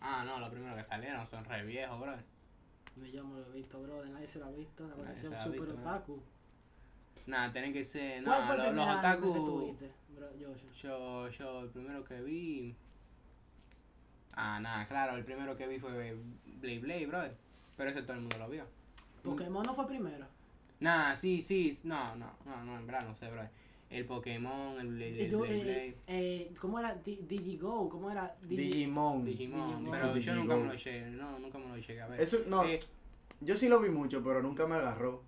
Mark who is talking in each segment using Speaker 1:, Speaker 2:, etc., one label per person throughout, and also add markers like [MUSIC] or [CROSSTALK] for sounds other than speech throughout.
Speaker 1: Ah, no, los primeros que salieron son re viejos, bro.
Speaker 2: Me llamo lo he visto, bro. Nadie se lo ha visto. Me
Speaker 1: Nadie
Speaker 2: parece
Speaker 1: se
Speaker 2: un
Speaker 1: lo ha
Speaker 2: super
Speaker 1: visto, bro.
Speaker 2: otaku.
Speaker 1: Nada, tienen que ser.
Speaker 2: ¿Cuál
Speaker 1: No,
Speaker 2: fue el
Speaker 1: los,
Speaker 2: primer
Speaker 1: los
Speaker 2: anime que
Speaker 1: otaku.
Speaker 2: tuviste, bro, Joshua?
Speaker 1: Yo, yo, el primero que vi. Ah, nada, claro, el primero que vi fue Blade Blade, brother. Pero ese todo el mundo lo vio.
Speaker 2: Pokémon no fue primero.
Speaker 1: Nah, sí, sí, no, no, no, no, en verdad no sé, bro. El Pokémon, el Blade,
Speaker 2: Y
Speaker 1: el
Speaker 2: yo,
Speaker 1: Blade,
Speaker 2: eh,
Speaker 1: Blade,
Speaker 2: eh, ¿Cómo era? Di- Digigo, ¿cómo era? Digi-
Speaker 3: Digimon.
Speaker 1: Digimon,
Speaker 2: Digimon.
Speaker 1: pero yo nunca me
Speaker 3: Digimon.
Speaker 1: lo llegué, no, nunca me lo llegué a ver.
Speaker 3: Eso, no,
Speaker 1: Eh,
Speaker 3: yo sí lo vi mucho, pero nunca me agarró.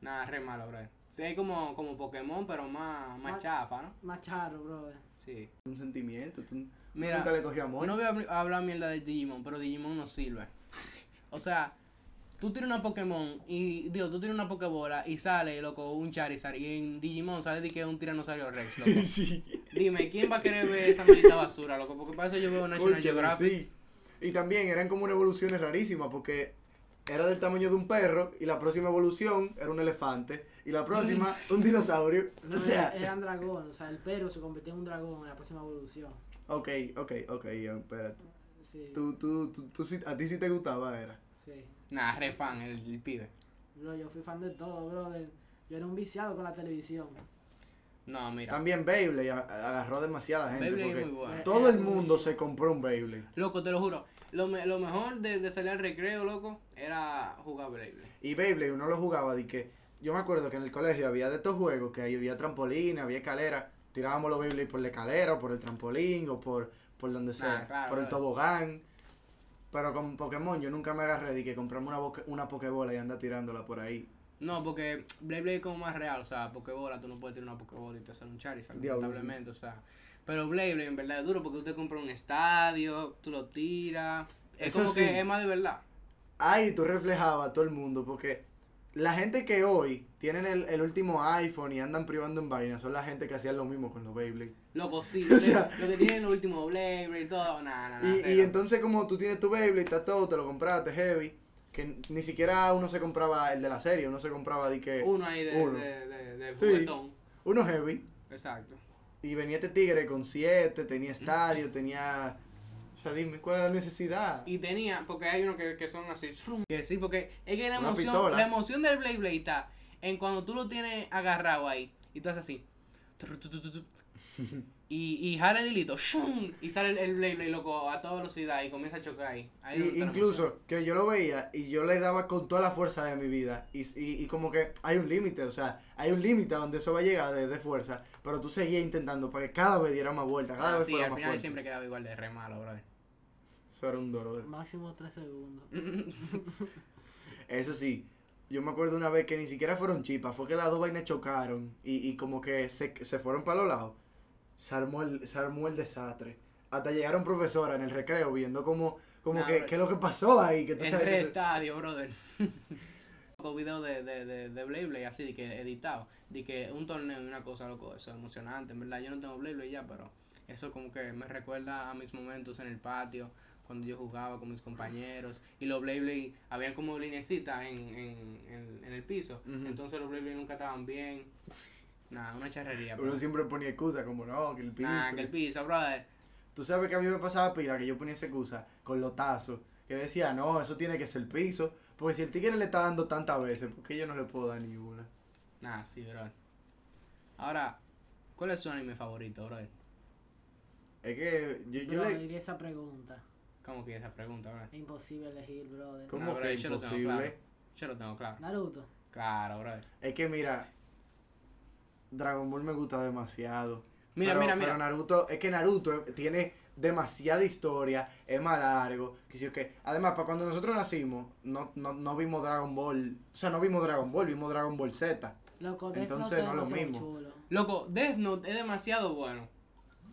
Speaker 1: nada, re malo, bro. Sí, es como, como Pokémon, pero más, más
Speaker 2: Más-
Speaker 1: chafa, ¿no?
Speaker 2: Macharo, brother.
Speaker 1: Sí.
Speaker 3: Un sentimiento. Tú n-
Speaker 1: Mira,
Speaker 3: nunca le cogió amor.
Speaker 1: No voy a habl- a hablar mierda de Digimon, pero Digimon no sirve. O sea, tú tienes una Pokémon y, digo, tú tienes una Pokébola y sale, loco, un Charizard. Y en Digimon sale de que es un Tiranosaurio Rex, loco.
Speaker 3: [LAUGHS] sí.
Speaker 1: Dime, ¿quién va a querer ver esa maldita basura, loco? Porque para eso yo veo National
Speaker 3: Cónchale,
Speaker 1: Geographic.
Speaker 3: sí. Y también eran como unas evoluciones rarísimas porque era del tamaño de un perro y la próxima evolución era un elefante y
Speaker 1: [LAUGHS]
Speaker 3: la próxima un dinosaurio. O
Speaker 2: No,
Speaker 3: sea,
Speaker 2: era- eran dragón, o sea, el perro se convirtió en un dragón en la próxima evolución.
Speaker 3: ok, ok, ok, Ian, espérate.
Speaker 2: Sí,
Speaker 3: Tú, tú, tú, tú sí- a ti sí te gustaba, era.
Speaker 2: sí.
Speaker 1: Nah, re fan, el, el pibe.
Speaker 2: Bro, yo fui fan de todo, brother. Yo era un viciado con la televisión.
Speaker 1: No, mira.
Speaker 3: También Beyblade a- agarró demasiada gente
Speaker 1: Beyblade es
Speaker 3: porque
Speaker 1: muy bueno.
Speaker 3: todo el
Speaker 2: Era
Speaker 3: mundo
Speaker 2: buenísimo.
Speaker 3: se compró un Beyblade.
Speaker 1: Loco, te lo juro. Lo, me- lo mejor de, de salir al recreo, loco, era jugar Beyblade.
Speaker 3: Y Beyblade uno lo jugaba de que yo me acuerdo que en el colegio había de estos juegos que ahí había trampolines, había escalera, tirábamos los Beyblade por la escalera, o por el trampolín o por por donde sea,
Speaker 1: claro,
Speaker 3: por el
Speaker 1: claro.
Speaker 3: tobogán. Pero con Pokémon yo nunca me agarré de que comprarme una boca- una Pokébola y andar tirándola por ahí.
Speaker 1: No, porque Blade Blade es como más real, o sea, Pokébola, tú no puedes tirar una Pokébola y te hacer un Charizard,
Speaker 3: Diablo,
Speaker 1: lamentablemente, o sea. Pero Blade Blade en verdad es duro porque usted compra un estadio, tú lo tiras. Es
Speaker 3: Eso
Speaker 1: como
Speaker 3: sí.
Speaker 1: que es más de verdad.
Speaker 3: Ahí tú reflejabas a todo el mundo porque la gente que hoy tienen el, el último iPhone y andan privando en vainas son la gente que hacían lo mismo con los Beyblade.
Speaker 1: Loco, sí.
Speaker 3: [LAUGHS] O sea-
Speaker 1: lo que tienen los últimos Blade Blade y todo, nada, nada.
Speaker 3: Y, y entonces como tú tienes tu Beyblade, está todo, te lo compraste, heavy, que n- ni siquiera uno se compraba el de la serie, uno se compraba de que...
Speaker 1: Uno ahí de,
Speaker 3: uno.
Speaker 1: de, de, de
Speaker 3: Sí.
Speaker 1: juguetón.
Speaker 3: Uno heavy.
Speaker 1: Exacto.
Speaker 3: Y venía este tigre con siete, tenía estadio, tenía... O sea, dime, ¿cuál es la necesidad?
Speaker 1: Y tenía, porque hay unos que, que son así, chrum, que sí, porque es que la
Speaker 3: Una
Speaker 1: emoción,
Speaker 3: pistola.
Speaker 1: la emoción del Blade Blade está en cuando tú lo tienes agarrado ahí y tú haces así. tru, tru, tru, tru,
Speaker 3: [LAUGHS]
Speaker 1: tru, Y, y jala el hilito, shum, y sale el, el Blade Blade loco a toda velocidad y comienza a chocar ahí. Ahí es donde está
Speaker 3: Y-
Speaker 1: la emoción.
Speaker 3: incluso que yo lo veía y yo le daba con toda la fuerza de mi vida. Y, y, y como que hay un límite, o sea, hay un límite a donde eso va a llegar de, de fuerza. Pero tú seguías intentando para que cada vez diera más vuelta, cada
Speaker 1: Ah,
Speaker 3: vez
Speaker 1: sí,
Speaker 3: fuera
Speaker 1: al
Speaker 3: más
Speaker 1: final
Speaker 3: fuerte.
Speaker 1: siempre quedaba igual de re malo, brother.
Speaker 3: Eso era un dolor.
Speaker 2: Máximo 3 segundos.
Speaker 3: Eso sí, yo me acuerdo una vez que ni siquiera fueron chipas, fue que las dos vainas chocaron y, y como que se, se fueron para los lados. Se armó el, se armó el desastre. Hasta llegaron profesoras en el recreo viendo como, como
Speaker 1: Nah,
Speaker 3: que,
Speaker 1: bro.
Speaker 3: qué es lo que pasó ahí. Que tú
Speaker 1: El
Speaker 3: sabes que
Speaker 1: re
Speaker 3: se-
Speaker 1: estadio, brother. [LAUGHS] Loco, video de, de, de, de Blade Blade, así, de que editado. De que un torneo y una cosa, loco, eso es emocionante. En verdad, yo no tengo Blade Blade ya, pero eso como que me recuerda a mis momentos en el patio, cuando yo jugaba con mis compañeros. Y los Blade Blade, habían como linecitas en, en, en, en el piso.
Speaker 3: Ujú.
Speaker 1: Entonces los Blade Blade nunca estaban bien. Nada, una charrería.
Speaker 3: Uno
Speaker 1: pero-
Speaker 3: siempre ponía excusa como no, que el piso.
Speaker 1: Nah, Ah, que el piso, brother.
Speaker 3: Tú sabes que a mí me pasaba pila que yo ponía esa excusa con los tazos. Que decía, no, eso tiene que ser piso. Porque si el tigre le está dando tantas veces, ¿por qué yo no le puedo dar ni una?
Speaker 1: Nah, sí, brother. Ahora, ¿cuál es su anime favorito, brother?
Speaker 3: Es que yo, yo
Speaker 2: Bro,
Speaker 3: le-
Speaker 2: diría esa pregunta.
Speaker 1: ¿Cómo que esa pregunta, brother?
Speaker 2: Es imposible elegir, brother.
Speaker 3: ¿Cómo
Speaker 1: No, bro,
Speaker 3: que
Speaker 1: yo lo tengo
Speaker 3: imposible?
Speaker 1: claro. Yo lo tengo claro.
Speaker 2: Naruto.
Speaker 1: Claro, bro.
Speaker 3: Es que mira, Dragon Ball me gusta demasiado.
Speaker 1: Mira,
Speaker 3: Pero-
Speaker 1: mira, mira.
Speaker 3: Pero Naruto, es que Naruto eh, tiene demasiada historia, es más largo. Que sí, que, además, para cuando nosotros nacimos, no, no, no vimos Dragon Ball. O sea, no vimos Dragon Ball, vimos Dragon Ball Z.
Speaker 2: Loco, Death
Speaker 3: Entonces,
Speaker 2: Note es
Speaker 3: no es lo
Speaker 2: demasiado
Speaker 3: mismo.
Speaker 2: chulo.
Speaker 1: Loco, Death Note es demasiado bueno.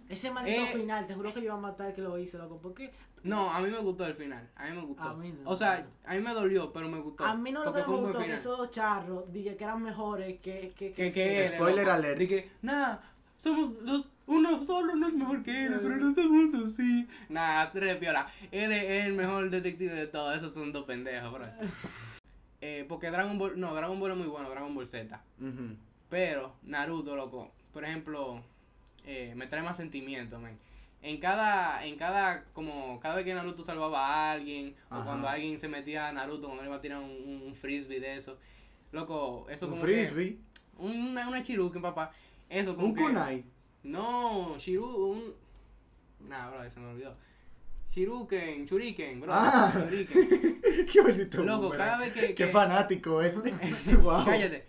Speaker 2: Ese maldito
Speaker 1: Eh.
Speaker 2: final, te juro que yo iba a matar que lo hice, loco. Porque
Speaker 1: No, a mí me gustó el final. A mí me gustó.
Speaker 2: A mí no.
Speaker 1: o sea, a mí me dolió, pero me gustó.
Speaker 2: a mí no lo
Speaker 1: Porque
Speaker 2: que no
Speaker 1: fue
Speaker 2: me
Speaker 1: un buen
Speaker 2: gustó que
Speaker 1: final.
Speaker 2: esos dos charros dije que eran mejores que. que,
Speaker 1: Que, que era,
Speaker 3: Spoiler
Speaker 1: loco.
Speaker 3: alert.
Speaker 1: De que, nada, somos los. Uno solo no es mejor que él, pero los dos juntos sí. Nah, se re piola. Él es el mejor detective de todos. Esos son dos pendejos,
Speaker 2: [LAUGHS]
Speaker 1: bro. Eh, porque Dragon Ball. No, Dragon Ball es muy bueno, Dragon Ball Z.
Speaker 3: Ujú.
Speaker 1: Pero Naruto, loco, por ejemplo, eh, me trae más sentimiento, men. en cada, en cada, como, cada vez que Naruto salvaba a alguien, o
Speaker 3: Ajá.
Speaker 1: cuando alguien se metía a Naruto, cuando le iba a tirar un, un- un frisbee de eso, loco, eso
Speaker 3: un
Speaker 1: como
Speaker 3: frisbee,
Speaker 1: que, una, una Shiruken, papá, eso como
Speaker 3: un
Speaker 1: que,
Speaker 3: kunai. [LAUGHS]
Speaker 1: no, Shiru, un, nah, bro, se me olvidó, Shiruken, Shuriken, bro,
Speaker 3: Ah. [LAUGHS]
Speaker 1: Shuriken,
Speaker 3: Qué maldito.
Speaker 1: loco,
Speaker 3: boomerang.
Speaker 1: cada vez que,
Speaker 3: Qué
Speaker 1: que-
Speaker 3: fanático eh.
Speaker 1: [LAUGHS]
Speaker 3: es. wow.
Speaker 1: Cállate.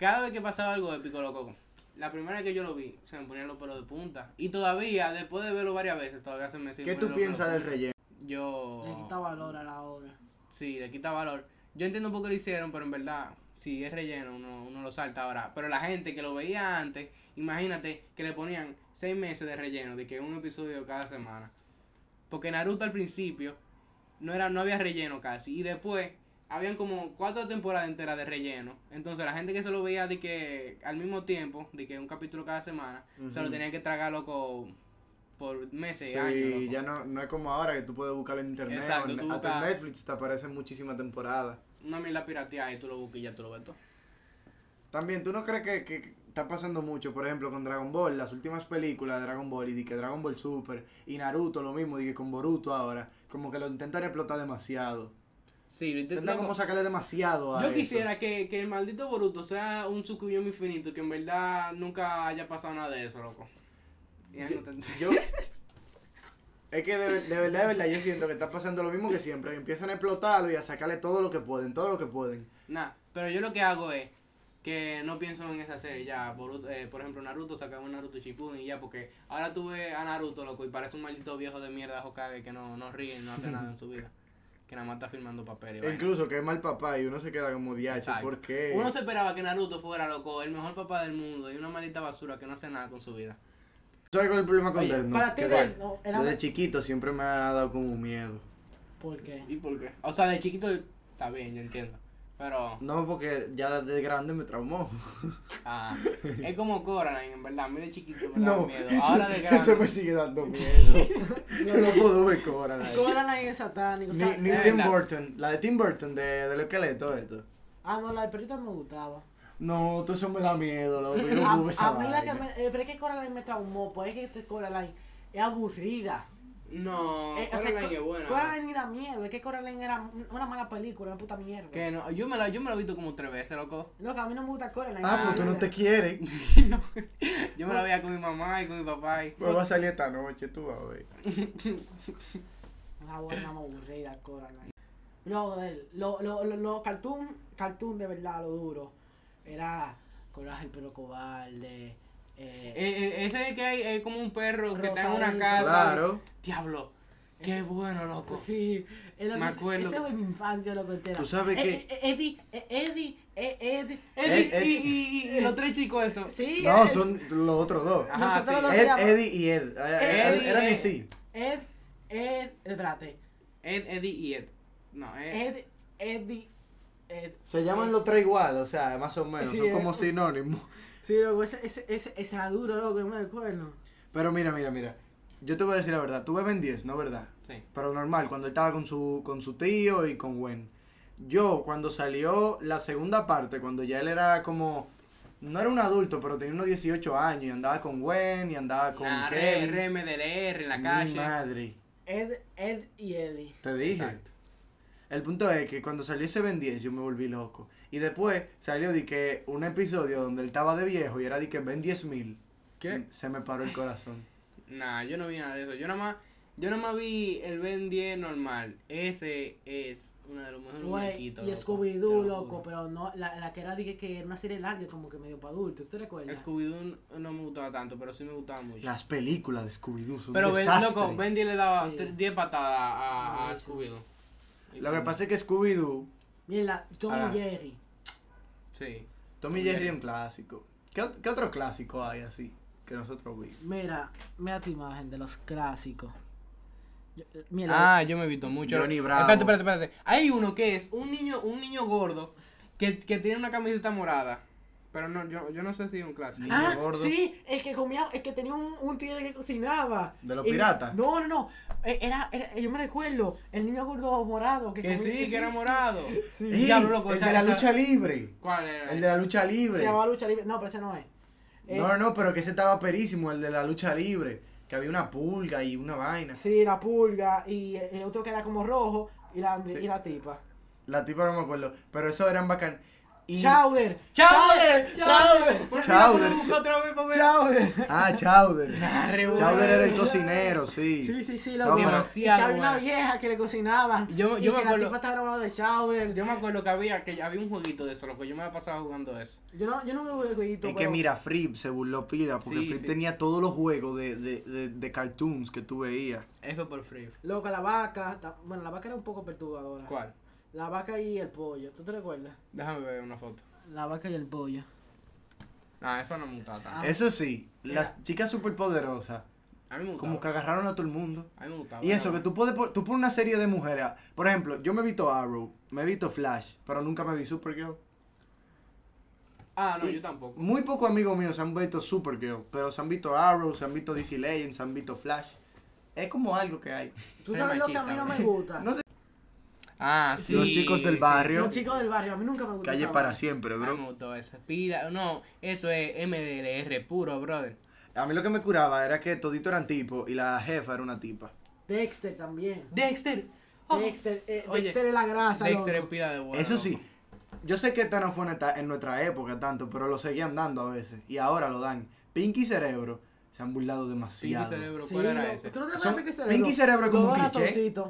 Speaker 1: Cada vez que pasaba algo épico, loco, la primera vez que yo lo vi, se me ponían los pelos de punta. Y todavía, después de verlo varias veces, todavía se me siguen
Speaker 3: ¿Qué tú
Speaker 1: poniendo los
Speaker 3: piensas del
Speaker 1: pelos de
Speaker 3: relleno?
Speaker 1: punta. Yo...
Speaker 2: Le quita valor a la obra.
Speaker 1: Sí, le quita valor. Yo entiendo por qué lo hicieron, pero en verdad, si es relleno, uno, uno lo salta ahora. Pero la gente que lo veía antes, imagínate que le ponían seis meses de relleno, de que un episodio cada semana. Porque Naruto al principio no era no había relleno casi. Y después habían como cuatro temporadas enteras de relleno. Entonces la gente que se lo veía de que al mismo tiempo, de que un capítulo cada semana, se lo
Speaker 3: Ujú.
Speaker 1: tenían que tragar loco por meses,
Speaker 3: Sí,
Speaker 1: años. loco.
Speaker 3: ya no, no es como ahora que tú puedes buscar en internet.
Speaker 1: Exacto,
Speaker 3: o
Speaker 1: tú
Speaker 3: en, hasta en
Speaker 1: buscas-
Speaker 3: Netflix te aparecen muchísimas temporadas.
Speaker 1: Una mierda pirateada y tú lo buscas y ya tú lo ves todo.
Speaker 3: También, ¿tú no crees que, que está pasando mucho? Por ejemplo, con Dragon Ball, las últimas películas de Dragon Ball y de que Dragon Ball Super y Naruto, lo mismo, y que con Boruto ahora, como que lo intentan explotar demasiado.
Speaker 1: Sí, lo intent-
Speaker 3: Intentan
Speaker 1: loco,
Speaker 3: como sacarle demasiado a
Speaker 1: Yo
Speaker 3: eso.
Speaker 1: quisiera que, que el maldito Boruto sea un Tsukuyomi infinito, que en verdad nunca haya pasado nada de eso, loco. Y ahí no te-
Speaker 3: Yo- [LAUGHS] Es que de, ver- de verdad, de verdad, yo siento que está pasando lo mismo que siempre. que Empiezan a explotarlo y a sacarle todo lo que pueden, todo lo que pueden.
Speaker 1: Nada, pero yo lo que hago es que no pienso en esa serie ya. Boruto, eh, por ejemplo, Naruto saca un Naruto Shippuden y ya, porque ahora tú ves a Naruto, loco, y parece un maldito viejo de mierda Hokage que no, no ríe, no hace nada en su vida. Que nada más está firmando papeles.
Speaker 3: E incluso que es mal papá y uno se queda como diacho.
Speaker 1: Exacto.
Speaker 3: ¿Por qué?
Speaker 1: Uno se esperaba que Naruto fuera, loco, el mejor papá del mundo y una maldita basura que no hace nada con su vida.
Speaker 3: ¿Sabes cuál es el problema con
Speaker 1: Oye,
Speaker 3: Death Note?
Speaker 2: para ti
Speaker 3: Que
Speaker 2: Death
Speaker 3: de-
Speaker 2: Note era-
Speaker 3: desde chiquito siempre me ha dado como miedo.
Speaker 2: ¿Por qué?
Speaker 1: ¿Y por qué? O sea, de chiquito está bien, yo entiendo. Pero,
Speaker 3: No, porque ya de grande
Speaker 1: [LAUGHS]
Speaker 3: me traumó. [LAUGHS]
Speaker 1: ah, es como Coraline, en verdad. A mí de chiquito me daba
Speaker 3: No,
Speaker 1: miedo.
Speaker 3: [LAUGHS] eso,
Speaker 1: Ahora de
Speaker 3: eso
Speaker 1: grande.
Speaker 3: me sigue
Speaker 1: [LAUGHS]
Speaker 3: dando miedo. Yo no puedo ver Coraline.
Speaker 2: Coraline es satánico. o
Speaker 3: Ni,
Speaker 2: sea, eh,
Speaker 3: ni
Speaker 1: es
Speaker 3: Tim
Speaker 1: verdad.
Speaker 3: Burton, la de Tim Burton, de, del esqueleto, esto.
Speaker 2: Ah, no, la del perrito me gustaba.
Speaker 3: No, todo eso me da miedo, loco.
Speaker 2: [LAUGHS]
Speaker 3: Yo
Speaker 2: A,
Speaker 3: [LAUGHS] no puedo ver esa
Speaker 2: a mí la que
Speaker 3: vaina.
Speaker 2: me. eh, pero es que Coraline me traumó, pues es que este Coraline es aburrida.
Speaker 1: No,
Speaker 2: Eh, o sea,
Speaker 1: Coraline
Speaker 2: Co-
Speaker 1: es buena.
Speaker 2: Coraline ni da miedo, es que Coraline era un- una mala película, una puta mierda.
Speaker 1: Que no, yo me, la, yo me la he visto como tres veces, loco. [LAUGHS]
Speaker 2: No, que a mí no me gusta Coraline.
Speaker 3: Ah, pues tú no te quieres. [LAUGHS]
Speaker 1: No, yo me la veía con mi mamá y con mi papá. Y...
Speaker 3: Pues va a salir esta noche, tú vas a ver.
Speaker 2: Una buena más aburrida, Coraline. No, joder, lo, lo, lo, lo cartoon, cartoon de verdad, lo duro. Era Coraje el perro cobarde.
Speaker 1: Eh,
Speaker 2: Eh,
Speaker 1: eh, ese es el que hay es como un perro que está en una
Speaker 2: Rosadito.
Speaker 1: casa.
Speaker 3: Claro.
Speaker 1: Diablo, qué
Speaker 2: Ese-
Speaker 1: bueno, loco.
Speaker 2: Sí, es lo
Speaker 1: Me
Speaker 2: que-
Speaker 1: acuerdo.
Speaker 2: Ese fue mi infancia, lo entera.
Speaker 3: Tú sabes que-
Speaker 2: Eh, eh, Eddie, eh, Eddie, eh, Eddie.
Speaker 1: Eddie
Speaker 3: Ed- Ed-
Speaker 1: y, y- y- y los tres chicos, eso.
Speaker 2: Sí,
Speaker 3: No,
Speaker 2: eh,
Speaker 3: son los otros dos.
Speaker 1: Ajá,
Speaker 2: Nosotros
Speaker 1: sí.
Speaker 2: lo
Speaker 3: Ed,
Speaker 2: hacíamos.
Speaker 3: Eddie y Ed. Eh, eh,
Speaker 1: Eddie,
Speaker 3: Eran
Speaker 1: Ed.
Speaker 3: y sí.
Speaker 2: Ed, Ed, espérate.
Speaker 1: Ed, Eddie y Ed. No, Ed.
Speaker 2: Ed, Eddie, Ed.
Speaker 3: Eh.
Speaker 2: Eh,
Speaker 3: Se llaman los tres igual, o sea, más o menos.
Speaker 2: Sí,
Speaker 3: Son
Speaker 2: eh.
Speaker 3: como sinónimos. [LAUGHS]
Speaker 2: Sí, loco, ese, ese, ese, ese era duro, loco, yo me acuerdo.
Speaker 3: Pero mira, mira, mira. Yo te voy a decir la verdad. Tuve Ben 10, ¿no verdad?
Speaker 1: Sí.
Speaker 3: Pero normal, cuando él estaba con su, con su tío y con Gwen. Yo, cuando salió la segunda parte, cuando ya él era como... No era un adulto, pero tenía unos 18 años y andaba con Gwen y andaba con
Speaker 1: Nah,
Speaker 3: Kevin.
Speaker 1: R, MDLR en la
Speaker 3: Mi
Speaker 1: calle.
Speaker 3: madre.
Speaker 2: Ed, Ed y Eddie.
Speaker 3: Te dije.
Speaker 1: Exacto.
Speaker 3: El punto es que cuando salió ese Ben 10 yo me volví loco. Y después salió de que un episodio donde él estaba de viejo y era de que Ben 10.000.
Speaker 1: ¿Qué?
Speaker 3: Se me paró el corazón.
Speaker 1: Nah, yo no vi nada de eso. Yo nada más, yo nada más vi el Ben 10 normal. Ese es uno de los mejores
Speaker 2: Güey,
Speaker 1: muñequitos.
Speaker 2: y
Speaker 1: loco,
Speaker 2: Scooby-Doo,
Speaker 1: te lo
Speaker 2: loco,
Speaker 1: juro.
Speaker 2: pero no, la, la que era, dije que era una serie larga, como que medio para adultos, ¿tú recuerdas?
Speaker 1: Scooby-Doo no me gustaba tanto, pero sí me gustaba mucho.
Speaker 3: Las películas de Scooby-Doo son
Speaker 1: pero
Speaker 3: un
Speaker 1: ben,
Speaker 3: desastre.
Speaker 1: loco, Ben 10 le daba
Speaker 2: Sí. Ah,
Speaker 1: tre- 10 patadas a, a
Speaker 2: Sí, sí.
Speaker 1: Scooby-Doo. Y
Speaker 3: Lo que
Speaker 1: como-
Speaker 3: pasa es que Scooby-Doo,
Speaker 2: Mira, Tom
Speaker 3: Ah.
Speaker 2: y Jerry.
Speaker 1: Sí.
Speaker 3: Tommy
Speaker 1: Bien.
Speaker 3: Jerry es un clásico. ¿Qué, ot- qué otro clásico hay así que nosotros vimos?
Speaker 2: Mira, mira tu imagen de los clásicos. Yo- eh, Mira,
Speaker 1: Ah, yo me he visto mucho.
Speaker 3: Johnny Bravo.
Speaker 1: Espérate, espérate, espérate. Hay uno que es un niño, un niño gordo que, que tiene una camiseta morada. Pero no, yo, yo no sé si es un clásico.
Speaker 3: Ah,
Speaker 2: Ah,
Speaker 3: niño gordo.
Speaker 2: sí, el que comía, el que tenía un, un tigre que cocinaba.
Speaker 3: ¿De los
Speaker 2: Y-
Speaker 3: piratas?
Speaker 2: No, no, no. eh, Era, era- yo me recuerdo, el niño gordo morado que
Speaker 1: Que
Speaker 2: comía-
Speaker 1: sí, que era
Speaker 2: sí.
Speaker 1: morado.
Speaker 2: Sí.
Speaker 3: ¡Ey!
Speaker 1: Diablo, loco,
Speaker 3: el
Speaker 1: esa-
Speaker 3: de la
Speaker 1: esa-
Speaker 3: lucha libre.
Speaker 1: ¿Cuál era?
Speaker 3: El de la lucha libre.
Speaker 2: Se llamaba lucha libre. No, pero ese no es. Eh,
Speaker 3: No, no, pero que ese estaba perísimo, el de la lucha libre. que había una pulga y una vaina.
Speaker 2: Sí, la pulga y el otro que era como rojo y la,
Speaker 3: Sí.
Speaker 2: y la tipa.
Speaker 3: La tipa no me acuerdo, pero eso eran bacán. Y...
Speaker 2: Chowder.
Speaker 1: ¡Chowder!
Speaker 2: Chowder.
Speaker 3: Chowder.
Speaker 1: Otra vez, papá.
Speaker 2: Chowder.
Speaker 3: Ah, Chowder.
Speaker 2: [LAUGHS]
Speaker 1: Arre,
Speaker 3: Chowder era el
Speaker 2: Ay.
Speaker 3: cocinero, sí.
Speaker 2: Sí, sí, sí, lo
Speaker 3: No, pero-
Speaker 2: que
Speaker 1: Demasiado.
Speaker 2: había una
Speaker 1: bueno.
Speaker 2: vieja que le cocinaba.
Speaker 1: Yo me-
Speaker 2: y
Speaker 1: yo me
Speaker 2: que la
Speaker 1: acuerdo-
Speaker 2: tipa estaba enamorada de Chowder.
Speaker 1: Yo
Speaker 2: Yo,
Speaker 1: me acuerdo que había, que había un jueguito de eso, loco. Yo me la pasaba jugando eso.
Speaker 2: no, yo no me voy a jueguito.
Speaker 3: Y que
Speaker 2: pero-
Speaker 3: mira, Fripp se burló pila, porque
Speaker 1: Sí,
Speaker 3: Fripp
Speaker 1: sí.
Speaker 3: tenía todos los juegos de, de, de, de cartoons que tú veías.
Speaker 1: F por free.
Speaker 2: Loco, la vaca. ta- Bueno, la vaca era un poco perturbadora.
Speaker 1: ¿Cuál?
Speaker 2: La vaca y el pollo. ¿Tú te recuerdas?
Speaker 1: Déjame ver una foto.
Speaker 2: La vaca y el pollo.
Speaker 1: Ah, eso no me gustaba tanto.
Speaker 2: Ah.
Speaker 3: Eso sí,
Speaker 2: Era-
Speaker 3: las chicas superpoderosas,
Speaker 1: A mí me gustaba.
Speaker 3: como que agarraron a todo el mundo.
Speaker 1: A mí me
Speaker 2: Ah,
Speaker 1: gustaba.
Speaker 3: Y eso, que tú puedes, pon- tú pones una serie de mujeres. ah, Por ejemplo, yo me he visto Arrow, me he visto Flash, pero nunca me vi Supergirl.
Speaker 1: Ah, no,
Speaker 3: y-
Speaker 1: yo tampoco.
Speaker 3: Muy pocos amigos míos se han visto Supergirl, pero se han visto Arrow, se han visto DC Legends, se han visto Flash. Es como algo que hay.
Speaker 2: ¿Tú
Speaker 1: Era
Speaker 2: sabes lo que a mí
Speaker 1: machista,
Speaker 2: no me
Speaker 1: güey.
Speaker 2: gusta?
Speaker 3: No sé,
Speaker 1: Ah, sí.
Speaker 3: Los chicos del
Speaker 1: sí,
Speaker 3: barrio.
Speaker 2: Los chicos del barrio, a mí nunca me gusta.
Speaker 3: calle
Speaker 2: esa
Speaker 3: para
Speaker 2: vaina.
Speaker 3: siempre,
Speaker 1: sí. A mí
Speaker 3: bro.
Speaker 1: me gustó eso. Pila, no, eso es MDLR puro, brother.
Speaker 3: A mí lo que me curaba era que todito eran tipos y la jefa era una tipa.
Speaker 2: Dexter también.
Speaker 1: Dexter.
Speaker 2: Dexter, eh,
Speaker 1: Oh. Oye,
Speaker 2: Dexter es la grasa.
Speaker 1: Dexter es
Speaker 2: loco.
Speaker 1: pila de bueno.
Speaker 3: Eso
Speaker 1: loco.
Speaker 3: sí, yo sé que esta no fue en, esta- en nuestra época tanto, pero lo seguían dando a veces. Y ahora lo dan. Pinky Cerebro se han burlado
Speaker 1: Pinky
Speaker 3: demasiado.
Speaker 1: Cerebro,
Speaker 2: Sí,
Speaker 1: ¿cuál era
Speaker 2: loco.
Speaker 1: ese?
Speaker 2: ¿Tú no te acuerdas
Speaker 3: Son-
Speaker 2: de Pinky Cerebro?
Speaker 3: Pinky Cerebro es como
Speaker 2: Los
Speaker 3: un
Speaker 2: dos
Speaker 3: cliché.
Speaker 2: ratoncitos.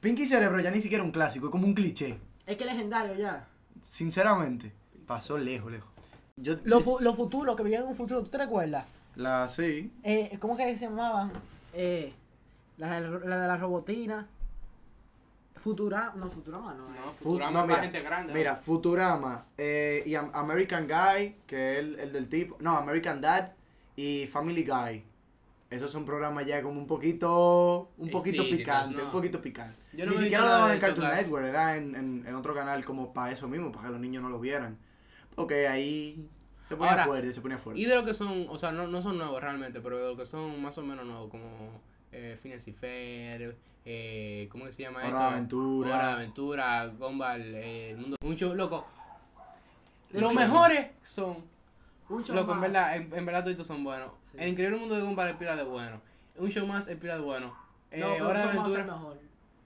Speaker 3: Pinky Cerebro ya ni siquiera un clásico, es como un cliché.
Speaker 2: Es que es legendario ya.
Speaker 3: Sinceramente, pasó lejos, lejos. Yo,
Speaker 2: Los fu- los futuros, que vivían en un futuro, ¿tú te recuerdas?
Speaker 3: la sí.
Speaker 2: Eh, ¿Cómo que se llamaban? Eh, la, de la- la de la robotina. Futura, no, Futurama no. eh.
Speaker 1: No,
Speaker 3: Fu-
Speaker 1: Futurama
Speaker 3: no,
Speaker 1: es
Speaker 3: mira,
Speaker 1: para gente grande.
Speaker 3: Mira, Futurama eh, y Am- American Guy, que es el, el del tipo. No, American Dad y Family Guy. Esos son programas ya como un poquito. Un poquito
Speaker 1: Explícitos,
Speaker 3: picante,
Speaker 1: no.
Speaker 3: un poquito picante.
Speaker 1: Yo no
Speaker 3: Ni
Speaker 1: me he visto
Speaker 3: siquiera lo
Speaker 1: nada
Speaker 3: daban
Speaker 1: de
Speaker 3: en
Speaker 1: eso,
Speaker 3: Cartoon
Speaker 1: Blas.
Speaker 3: Network, era en, en- en otro canal como para eso mismo, para que los niños no lo vieran. Porque ahí se ponía
Speaker 1: Ahora,
Speaker 3: fuerte, se ponía fuerte.
Speaker 1: Y de lo que son, o sea, no, no son nuevos realmente, pero de lo que son más o menos nuevos, como eh, Phineas y Fer, eh, ¿cómo que se llama
Speaker 3: Hora
Speaker 1: esto?
Speaker 3: de Aventura.
Speaker 1: Hora de Aventura, Gumball, eh, el mundo. Mucho, loco.
Speaker 2: De
Speaker 1: Los
Speaker 2: Futurama.
Speaker 1: mejores son.
Speaker 2: Un show
Speaker 1: Loco, en
Speaker 2: más.
Speaker 1: verdad, en, en verdad todos son buenos.
Speaker 2: Sí.
Speaker 1: El increíble mundo de Gumball es pila de bueno. Un show más es pila de bueno. Eh,
Speaker 2: No, pero
Speaker 1: Hora de
Speaker 2: son más
Speaker 1: Aventura.
Speaker 2: mejor.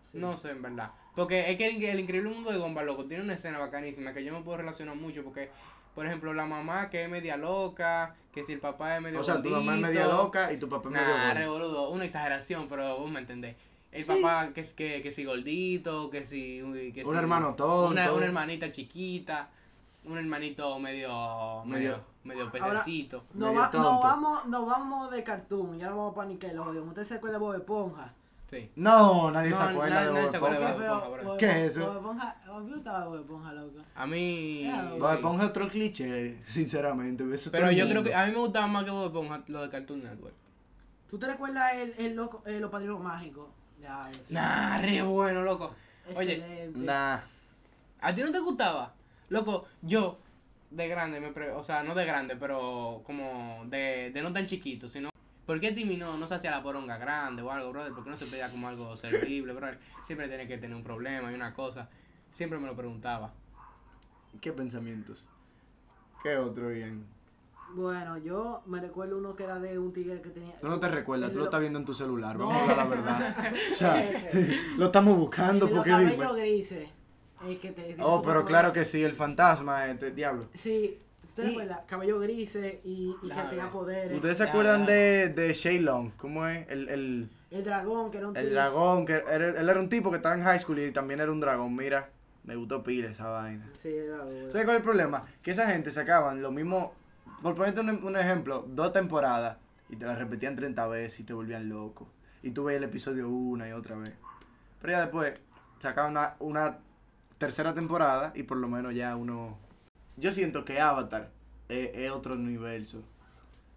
Speaker 2: Sí.
Speaker 1: No sé, en verdad. Porque es que el, Incre- el increíble mundo de Gumball, loco, tiene una escena bacanísima que yo me puedo relacionar mucho porque, por ejemplo, la mamá que es media loca, que si el papá es medio
Speaker 3: O sea, tu mamá es media
Speaker 1: gordito.
Speaker 3: loca y tu papá es medio
Speaker 1: Nah,
Speaker 3: gordo.
Speaker 1: re boludo, una exageración, pero vos me entendés. El papá que, es- que, que si gordito, que si... uy, Que
Speaker 3: Un
Speaker 1: si-
Speaker 3: hermano tonto.
Speaker 1: Una, una hermanita chiquita, un hermanito medio... medio...
Speaker 3: Medio-
Speaker 1: medio
Speaker 2: Ahora-
Speaker 1: pececito.
Speaker 2: Nos,
Speaker 3: medio
Speaker 2: va- nos
Speaker 3: tonto.
Speaker 2: vamos, nos vamos de cartoon, ya nos vamos para Nickelodeon. ¿Usted se acuerda de Bob Esponja?
Speaker 1: Sí.
Speaker 3: No, nadie se
Speaker 1: No,
Speaker 3: acuerda
Speaker 1: nadie-
Speaker 3: de
Speaker 1: nadie
Speaker 3: Bob
Speaker 1: se acuerda de
Speaker 3: Esponja.
Speaker 1: Bob Esponja, bro.
Speaker 2: Bob
Speaker 3: ¿Qué es
Speaker 2: Esponja-
Speaker 3: eso?
Speaker 2: Bob Esponja, a mí me gustaba Bob Esponja, loco.
Speaker 1: A mí...
Speaker 2: Ya,
Speaker 1: sí.
Speaker 3: Bob Esponja es otro cliché, [LAUGHS] sinceramente. eso todo
Speaker 1: Pero
Speaker 3: el
Speaker 1: yo creo
Speaker 3: mundo.
Speaker 1: que ah, a mí me gustaba más que Bob Esponja lo de Cartoon Network.
Speaker 2: ¿Tú te recuerdas el, el loco, eh, los padrinos mágicos? Ya, ese-
Speaker 1: Nah, re bueno, loco. oye,
Speaker 2: excelente.
Speaker 3: Nah.
Speaker 1: ¿A ti no te gustaba? Loco, yo de grande, me pre- o sea, no de grande, pero como de, de no tan chiquito, sino... ¿Por qué Timmy no, no se hacía la poronga grande o algo, brother? ¿Por qué no se pedía como algo servible, brother? Siempre tiene que tener un problema y una cosa. Siempre me lo preguntaba.
Speaker 3: ¿Qué pensamientos? ¿Qué otro bien?
Speaker 2: Bueno, yo me recuerdo uno que era de un tigre que tenía.
Speaker 3: Tú no te recuerdas, tú lo estás viendo en tu celular,
Speaker 2: No.
Speaker 3: vamos a hablar la verdad. [LAUGHS] O sea, [LAUGHS] lo estamos buscando,
Speaker 2: Los
Speaker 3: porque dime.
Speaker 2: cabellos grises. El eh, que te,
Speaker 3: Oh, pero claro que sí, el fantasma, este diablo.
Speaker 2: Sí, ¿tú te
Speaker 3: Y-
Speaker 2: recuerdas? Cabello grises y, y que
Speaker 1: Déjame
Speaker 2: tenía
Speaker 1: ver.
Speaker 2: poderes.
Speaker 3: ¿Ustedes se
Speaker 1: Ya,
Speaker 3: acuerdan
Speaker 1: ya.
Speaker 3: de, de Shailong? ¿Cómo es? El, el,
Speaker 2: El dragón, que era un
Speaker 3: el
Speaker 2: tigre.
Speaker 3: dragón, que era- él era un tipo que estaba en high school y también era un dragón, mira. Me gustó pila esa vaina.
Speaker 2: Sí, era duro.
Speaker 3: ¿Sabes cuál es el problema? Que esa gente sacaban lo mismo, por ponerte un, un ejemplo, dos temporadas y te las repetían 30 veces y te volvían loco. Y tú veías el episodio una y otra vez. Pero ya después sacaban una, una tercera temporada y por lo menos ya uno... Yo siento que Avatar es, es otro universo.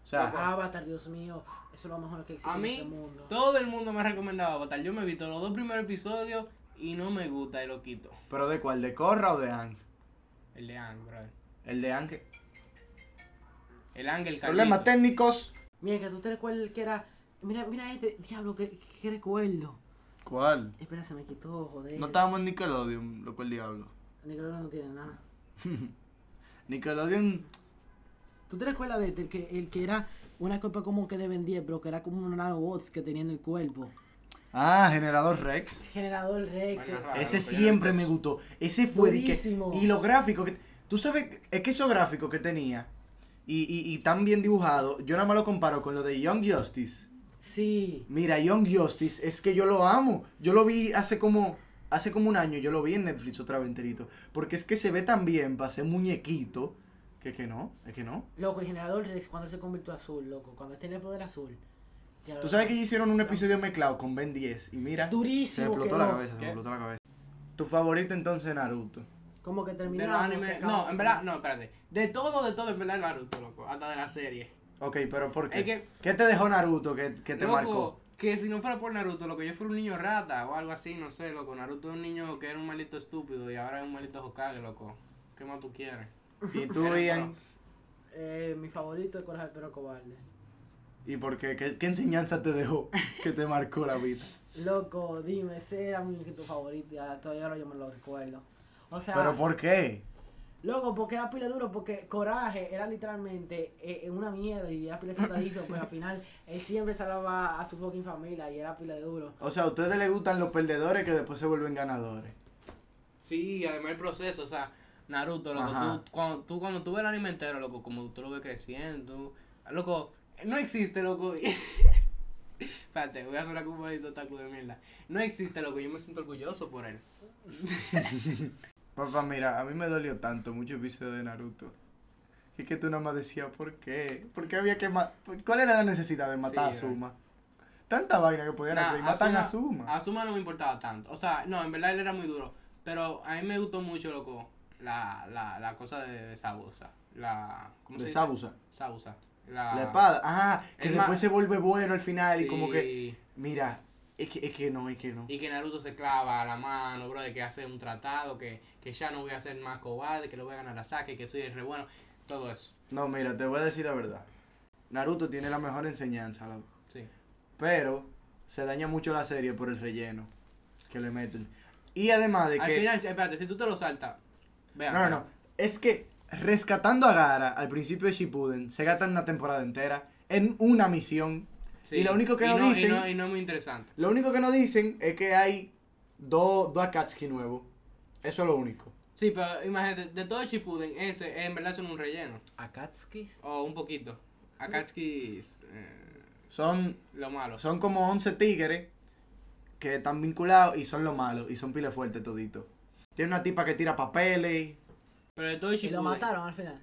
Speaker 3: O sea,
Speaker 2: Avatar, Dios mío, eso es lo mejor que existe
Speaker 1: A
Speaker 2: en
Speaker 1: mí,
Speaker 2: este mundo.
Speaker 1: todo el mundo me recomendaba Avatar. Yo me he visto los dos primeros episodios y no me gusta y lo quito.
Speaker 3: ¿pero de cuál? ¿De Korra o de Ang?
Speaker 1: El de Ang, brother.
Speaker 3: El de Ang... que-
Speaker 1: El Ángel
Speaker 3: Problemas
Speaker 1: Carlito.
Speaker 3: técnicos.
Speaker 2: Mira, que tú te recuerdas el que era. Mira, mira este, diablo, que, que recuerdo.
Speaker 3: ¿Cuál?
Speaker 2: Espera, se me quitó, joder.
Speaker 3: No estábamos en Nickelodeon, lo cual diablo.
Speaker 2: Nickelodeon no tiene nada.
Speaker 3: Nickelodeon...
Speaker 2: ¿Tú te recuerdas de- del que, el que era una copa como que de Ben 10, pero que era como unos nanobots que tenía en el cuerpo.
Speaker 3: Ah, generador Rex.
Speaker 2: Generador Rex.
Speaker 1: Bueno, raro. Ah,
Speaker 3: Ese
Speaker 1: los
Speaker 3: siempre me
Speaker 1: periódicos.
Speaker 3: gustó. Ese fue de que-
Speaker 2: Buenísimo.
Speaker 3: Y los gráficos que. Tú sabes, es que esos gráficos que tenía y, y, y tan bien dibujado, yo nada más lo comparo con lo de Young Justice.
Speaker 2: Sí.
Speaker 3: Mira, Young Justice, es que yo lo amo. Yo lo vi hace como. Hace como un año yo lo vi en Netflix otra vez enterito. Porque es que se ve tan bien para ser muñequito. Que que no, es que no.
Speaker 2: Loco, el generador Rex cuando se convirtió a azul, loco. Cuando él tenía el poder azul. Ya-
Speaker 3: Tú sabes que ellos hicieron un episodio mezclado con Ben 10 y mira, se me
Speaker 2: Durísimo.
Speaker 3: explotó
Speaker 2: quedó.
Speaker 3: la cabeza, se
Speaker 1: ¿Qué?
Speaker 3: me explotó la cabeza. ¿Tu favorito entonces Naruto?
Speaker 2: Como que terminó.
Speaker 1: De los animes. No, en
Speaker 2: pues.
Speaker 1: verdad, no, espérate. De todo, de todo, en verdad, Naruto, loco. Hasta de la serie.
Speaker 3: Ok, pero ¿por qué?
Speaker 1: Es que-
Speaker 3: ¿Qué te dejó Naruto que, que te
Speaker 1: loco,
Speaker 3: marcó?
Speaker 1: que si no fuera por Naruto, loco, yo fuera un niño rata o algo así, no sé, loco. Naruto es un niño que era un maldito estúpido y ahora es un maldito Hokage, loco. ¿Qué más tú quieres? [LAUGHS]
Speaker 3: ¿Y tú, Ian?
Speaker 2: Eh, mi favorito es Coraje pero cobarde.
Speaker 3: ¿Y por qué? qué? qué enseñanza te dejó que te marcó
Speaker 1: [LAUGHS]
Speaker 3: la vida?
Speaker 2: Loco, dime, ese era mi tu favorito. Ya, todavía ahora yo me lo recuerdo. O sea,
Speaker 3: ¿Pero por qué?
Speaker 2: loco, porque era pila duro, porque Coraje era literalmente eh, eh, una mierda y
Speaker 3: [LAUGHS]
Speaker 2: era pila asustadizo, pero al final él siempre salvaba a su fucking familia y era pila de duro.
Speaker 3: O sea, a ustedes les gustan los perdedores que después se vuelven ganadores.
Speaker 1: Sí, además el proceso, o sea, Naruto, loco,
Speaker 3: Ajá.
Speaker 1: tú cuando, tú cuando tú ves el anime entero, loco, como tú lo ves creciendo, loco, no existe, loco. [LAUGHS] Espérate, voy a sonar como un maldito taco de mierda. No existe, loco, yo me siento orgulloso por él.
Speaker 3: Papá, mira, a mí me dolió tanto mucho episodio de Naruto. Y que tú nada más decías, ¿por qué? ¿Por qué había que matar? ¿Cuál era la necesidad de matar
Speaker 1: Sí, eh.
Speaker 3: a Suma? Tanta vaina que podían
Speaker 1: Nah,
Speaker 3: hacer. Y matan a
Speaker 1: Asuma-
Speaker 3: Suma.
Speaker 1: Asuma no me importaba tanto. O sea, no, en verdad él era muy duro. Pero a mí me gustó mucho, loco, la, la, la cosa de, de Sabusa. La, ¿Cómo
Speaker 3: De
Speaker 1: se
Speaker 3: Sabusa.
Speaker 1: dice? Sabusa. La,
Speaker 3: La espada. Ah, que
Speaker 1: Es
Speaker 3: después
Speaker 1: más-
Speaker 3: se vuelve bueno al final y como que...
Speaker 1: Sí,
Speaker 3: Mira, es que, es que no, es que no.
Speaker 1: Y que Naruto se clava a la mano, bro, de que hace un tratado, que, que ya no voy a ser más cobarde, que lo voy a ganar a Sasuke, que soy el re bueno. Todo eso,
Speaker 3: No, mira, te voy a decir la verdad. Naruto tiene la mejor enseñanza, loco.
Speaker 1: sí.
Speaker 3: Pero se daña mucho la serie por el relleno que le meten. Y además de
Speaker 1: Al
Speaker 3: que...
Speaker 1: final, espérate, si tú te lo saltas, vean.
Speaker 3: No, no, no. Es que rescatando a Gara al principio de Shippuden, se gastan una temporada entera en una misión. Y lo único que
Speaker 1: y
Speaker 3: no
Speaker 1: y
Speaker 3: dicen-
Speaker 1: no- y no es muy interesante.
Speaker 3: Lo único que no dicen es que hay dos dos Akatsuki nuevos. Eso es lo único.
Speaker 1: Sí, pero imagínate, de todo Shippuden, ese en verdad son un relleno.
Speaker 2: Akatsuki.
Speaker 1: O un poquito. Akatsuki es eh,
Speaker 3: Son,
Speaker 1: lo malo.
Speaker 3: son como 11 tigres que están vinculados y son lo malo. Y son pile fuerte todito. Tiene una tipa que tira papeles
Speaker 1: Pero de todo
Speaker 2: Y
Speaker 1: Shippuden.
Speaker 2: lo mataron al final.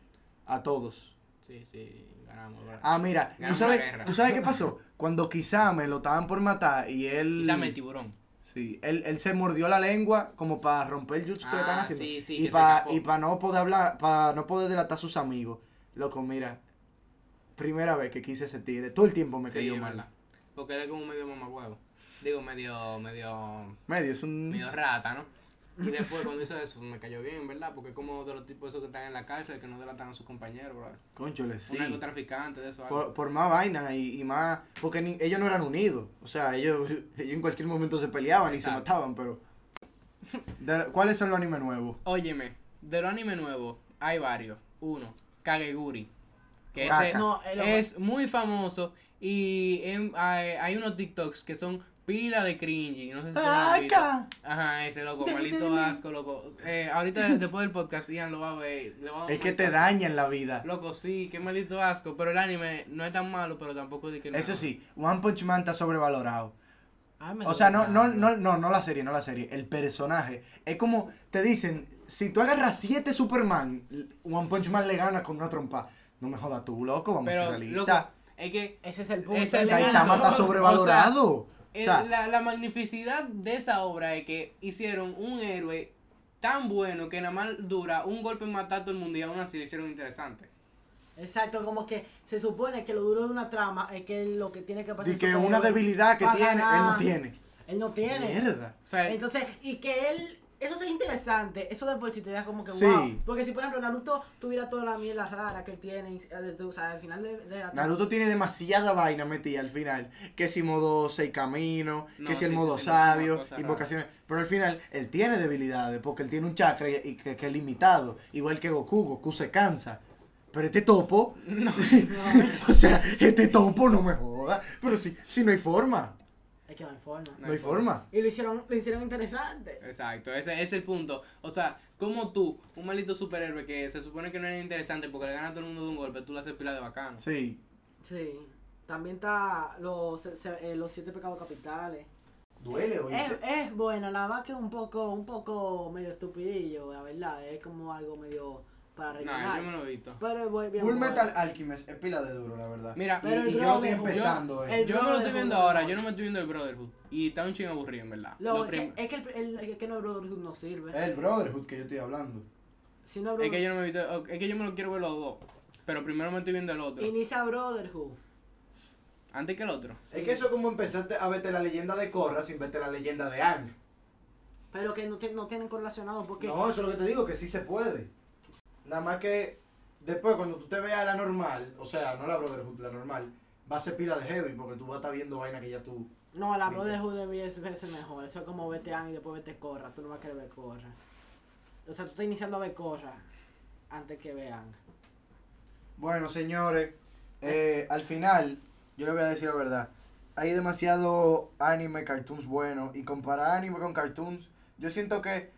Speaker 3: a todos.
Speaker 1: Sí, sí, ganamos. ¿verdad?
Speaker 3: Ah, mira, ¿tú
Speaker 1: Ganamos la
Speaker 3: sabes,
Speaker 1: guerra.
Speaker 3: ¿tú sabes qué pasó? Cuando Kisame lo estaban por matar y él...
Speaker 1: Quizá me el tiburón.
Speaker 3: Sí, él, él se mordió la lengua como para romper el jutsu que le están
Speaker 1: Ah,
Speaker 3: haciendo.
Speaker 1: sí, sí, que
Speaker 3: y
Speaker 1: se
Speaker 3: para
Speaker 1: escapó.
Speaker 3: y para no poder hablar, para no poder delatar a sus amigos. Loco, mira. Primera vez que quise ese tigre, todo el tiempo me
Speaker 1: Sí,
Speaker 3: cayó
Speaker 1: es
Speaker 3: mal.
Speaker 1: verdad. Porque él es como medio mamahuevo. Digo, medio, medio,
Speaker 3: Medio es un
Speaker 1: medio rata, ¿no? Y después cuando hizo eso me cayó bien, ¿verdad? Porque es como de los tipos esos que están en la cárcel que no delatan a sus compañeros, bro.
Speaker 3: conchole, sí.
Speaker 1: Un narcotraficante de eso. algo.
Speaker 3: Por, por más vaina y, y más porque ni- ellos no eran unidos, o sea, ellos, [LAUGHS] ellos en cualquier momento se peleaban y se
Speaker 1: Exacto.
Speaker 3: mataban, pero [LAUGHS] De- ¿Cuáles son los animes nuevos?
Speaker 1: Óyeme, de los anime nuevos hay varios. Uno, Kageguri. Que
Speaker 3: Caca.
Speaker 1: ese
Speaker 2: No, el-
Speaker 1: es muy famoso. Y em, hay, hay unos TikToks que son pila de cringy. No sé si tú lo has visto.
Speaker 3: Caca.
Speaker 1: Ajá, ese loco, maldito asco, loco. Eh, ahorita después del podcast, Ian lo va a ver. le va a dar un
Speaker 3: Es que te
Speaker 1: maldito
Speaker 3: dañan la vida.
Speaker 1: asco. Loco, sí, qué maldito asco. Pero el anime no es tan malo, pero tampoco es de que no.
Speaker 3: Eso sí, One Punch Man está sobrevalorado.
Speaker 2: Ay, me
Speaker 3: O sea, no,
Speaker 2: duele.
Speaker 3: no, no, no, no la serie, no la serie, el personaje. Es como, te dicen, si tú agarras siete Superman, One Punch Man le gana con una trompa. No me jodas tú, loco, vamos a
Speaker 1: Pero,
Speaker 3: ser
Speaker 1: loco,
Speaker 3: realistas.
Speaker 1: es que
Speaker 2: Ese es el punto.
Speaker 1: Ese es el
Speaker 2: Él le
Speaker 1: [LAUGHS]
Speaker 3: Saitama
Speaker 2: ganó.
Speaker 3: está sobrevalorado. O
Speaker 1: el-
Speaker 3: sea,
Speaker 1: Eh, la, la magnificidad de esa obra es que hicieron un héroe tan bueno que nada más dura un golpe en matar a todo el mundo y aún así lo hicieron interesante.
Speaker 2: Exacto, como que se supone que lo duro de una trama es que lo que tiene que pasar.
Speaker 3: de
Speaker 2: el
Speaker 3: que
Speaker 2: superhéroe
Speaker 3: una debilidad que
Speaker 2: para
Speaker 3: tiene, él no
Speaker 2: ganar.
Speaker 3: tiene.
Speaker 2: Él no tiene.
Speaker 3: Mierda.
Speaker 1: O sea,
Speaker 2: Entonces, y que él. Eso sí es interesante. Eso de por sí te da como que
Speaker 3: Sí.
Speaker 2: wow. Porque si, por ejemplo, Naruto tuviera toda la mierda rara que él tiene, y- o sea, al final de, de la
Speaker 3: Naruto tiene demasiada vaina metida al final. Que si modo seis caminos,
Speaker 1: No,
Speaker 3: que si el
Speaker 1: sí, sí,
Speaker 3: modo
Speaker 1: sí, muchísimas
Speaker 3: sabio,
Speaker 1: cosas
Speaker 3: invocaciones. Pero al final, él tiene debilidades, porque él tiene un chakra y- y que, que es limitado. Igual que Goku, Goku se cansa. pero este topo,
Speaker 1: [LAUGHS] No,
Speaker 3: [LAUGHS] o sea, este topo no me joda. Pero si, si no hay forma,
Speaker 2: Es que no hay forma.
Speaker 3: no, hay forma.
Speaker 2: Y lo hicieron, lo hicieron interesante.
Speaker 1: Exacto, ese, ese es el punto. O sea, como tú, un maldito superhéroe que se supone que no es interesante porque le gana a todo el mundo de un golpe, tú le haces pila de bacano.
Speaker 3: Sí,
Speaker 2: Sí. También está los, se- se- eh, los siete pecados capitales.
Speaker 3: duele,
Speaker 2: Es, es bueno, la verdad que es un poco, un poco medio estupidillo, la verdad. Es como algo medio para
Speaker 1: No,
Speaker 2: rellenar.
Speaker 1: yo me lo he visto.
Speaker 2: Pero es bu- bien
Speaker 3: Full
Speaker 2: Eh, bueno.
Speaker 3: Metal Alchemist es pila de duro, la verdad.
Speaker 1: Mira,
Speaker 2: Pero el
Speaker 3: y yo
Speaker 2: brother,
Speaker 3: estoy empezando,
Speaker 2: yo-
Speaker 3: eh.
Speaker 2: el
Speaker 1: yo me lo
Speaker 2: brother
Speaker 1: estoy viendo
Speaker 2: es un
Speaker 1: ahora,
Speaker 2: amor.
Speaker 1: yo no me estoy viendo el Brotherhood. Y está un chingo aburrido, en verdad.
Speaker 2: Lo-
Speaker 1: Lo
Speaker 2: es
Speaker 1: prim-
Speaker 2: que- es que el, el- es que no Brotherhood no sirve.
Speaker 3: El Brotherhood que yo estoy hablando.
Speaker 2: Si no
Speaker 1: es que
Speaker 2: Brotherhood-
Speaker 1: yo no me he visto- o- es que yo me lo quiero ver los dos. Pero primero me estoy viendo el otro.
Speaker 2: inicia Brotherhood.
Speaker 1: Antes que el otro.
Speaker 3: Es que eso es como empezaste a verte la leyenda de Korra sin verte la leyenda de Ang.
Speaker 2: Pero que no, te- no tienen correlacionado porque
Speaker 3: No, eso es lo que te digo, que sí se puede. Nada más que después cuando tú te veas la normal, o sea, no la Brotherhood, la normal, va a ser pila de heavy porque tú vas a estar viendo vaina que ya tú...
Speaker 2: No, la
Speaker 3: Mira.
Speaker 2: Brotherhood de 10 veces mejor. Eso es como vete Ang y después vete Corra. Tú no vas a querer ver Corra. O sea, tú estás iniciando a ver Corra antes que vean.
Speaker 3: Bueno, señores, eh, al final, yo les voy a decir la verdad. Hay demasiado anime, cartoons buenos, y comparar anime con cartoons, yo siento que...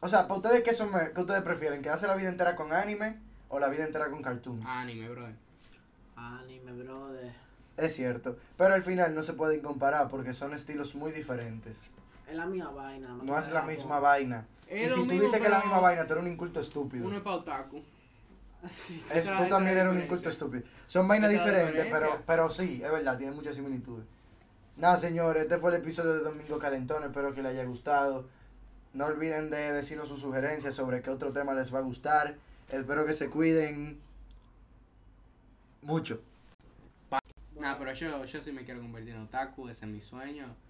Speaker 3: O sea, ¿para ustedes qué, son, me- qué ustedes prefieren? ¿Quedarse la vida entera con anime o la vida entera con cartoons?
Speaker 1: Anime, brother.
Speaker 2: Anime, brother.
Speaker 3: Es cierto, pero al final no se pueden comparar porque son estilos muy diferentes.
Speaker 2: Es la misma vaina. más
Speaker 3: No es la
Speaker 2: carajo.
Speaker 3: misma vaina.
Speaker 1: Es
Speaker 3: y
Speaker 1: lo
Speaker 3: si tú
Speaker 1: mismo,
Speaker 3: dices que es la
Speaker 1: pero
Speaker 3: misma vaina, tú eres un inculto estúpido.
Speaker 1: Uno es pa' otaku.
Speaker 2: Sí.
Speaker 3: Es-
Speaker 1: esa-
Speaker 3: tú
Speaker 1: esa es
Speaker 3: también
Speaker 1: la
Speaker 3: eres un
Speaker 1: diferencia.
Speaker 3: inculto estúpido. Son vainas
Speaker 1: Esa es la
Speaker 3: diferentes, pero,
Speaker 1: diferencia.
Speaker 3: pero sí, es verdad, tienen muchas similitudes. Nada, señores, este fue el episodio de Domingo Calentón. Espero que les haya gustado. No olviden de decirnos sus sugerencias sobre qué otro tema les va a gustar. Espero que se cuiden mucho.
Speaker 1: Nah, pero yo, yo sí me quiero convertir en otaku, ese es mi sueño.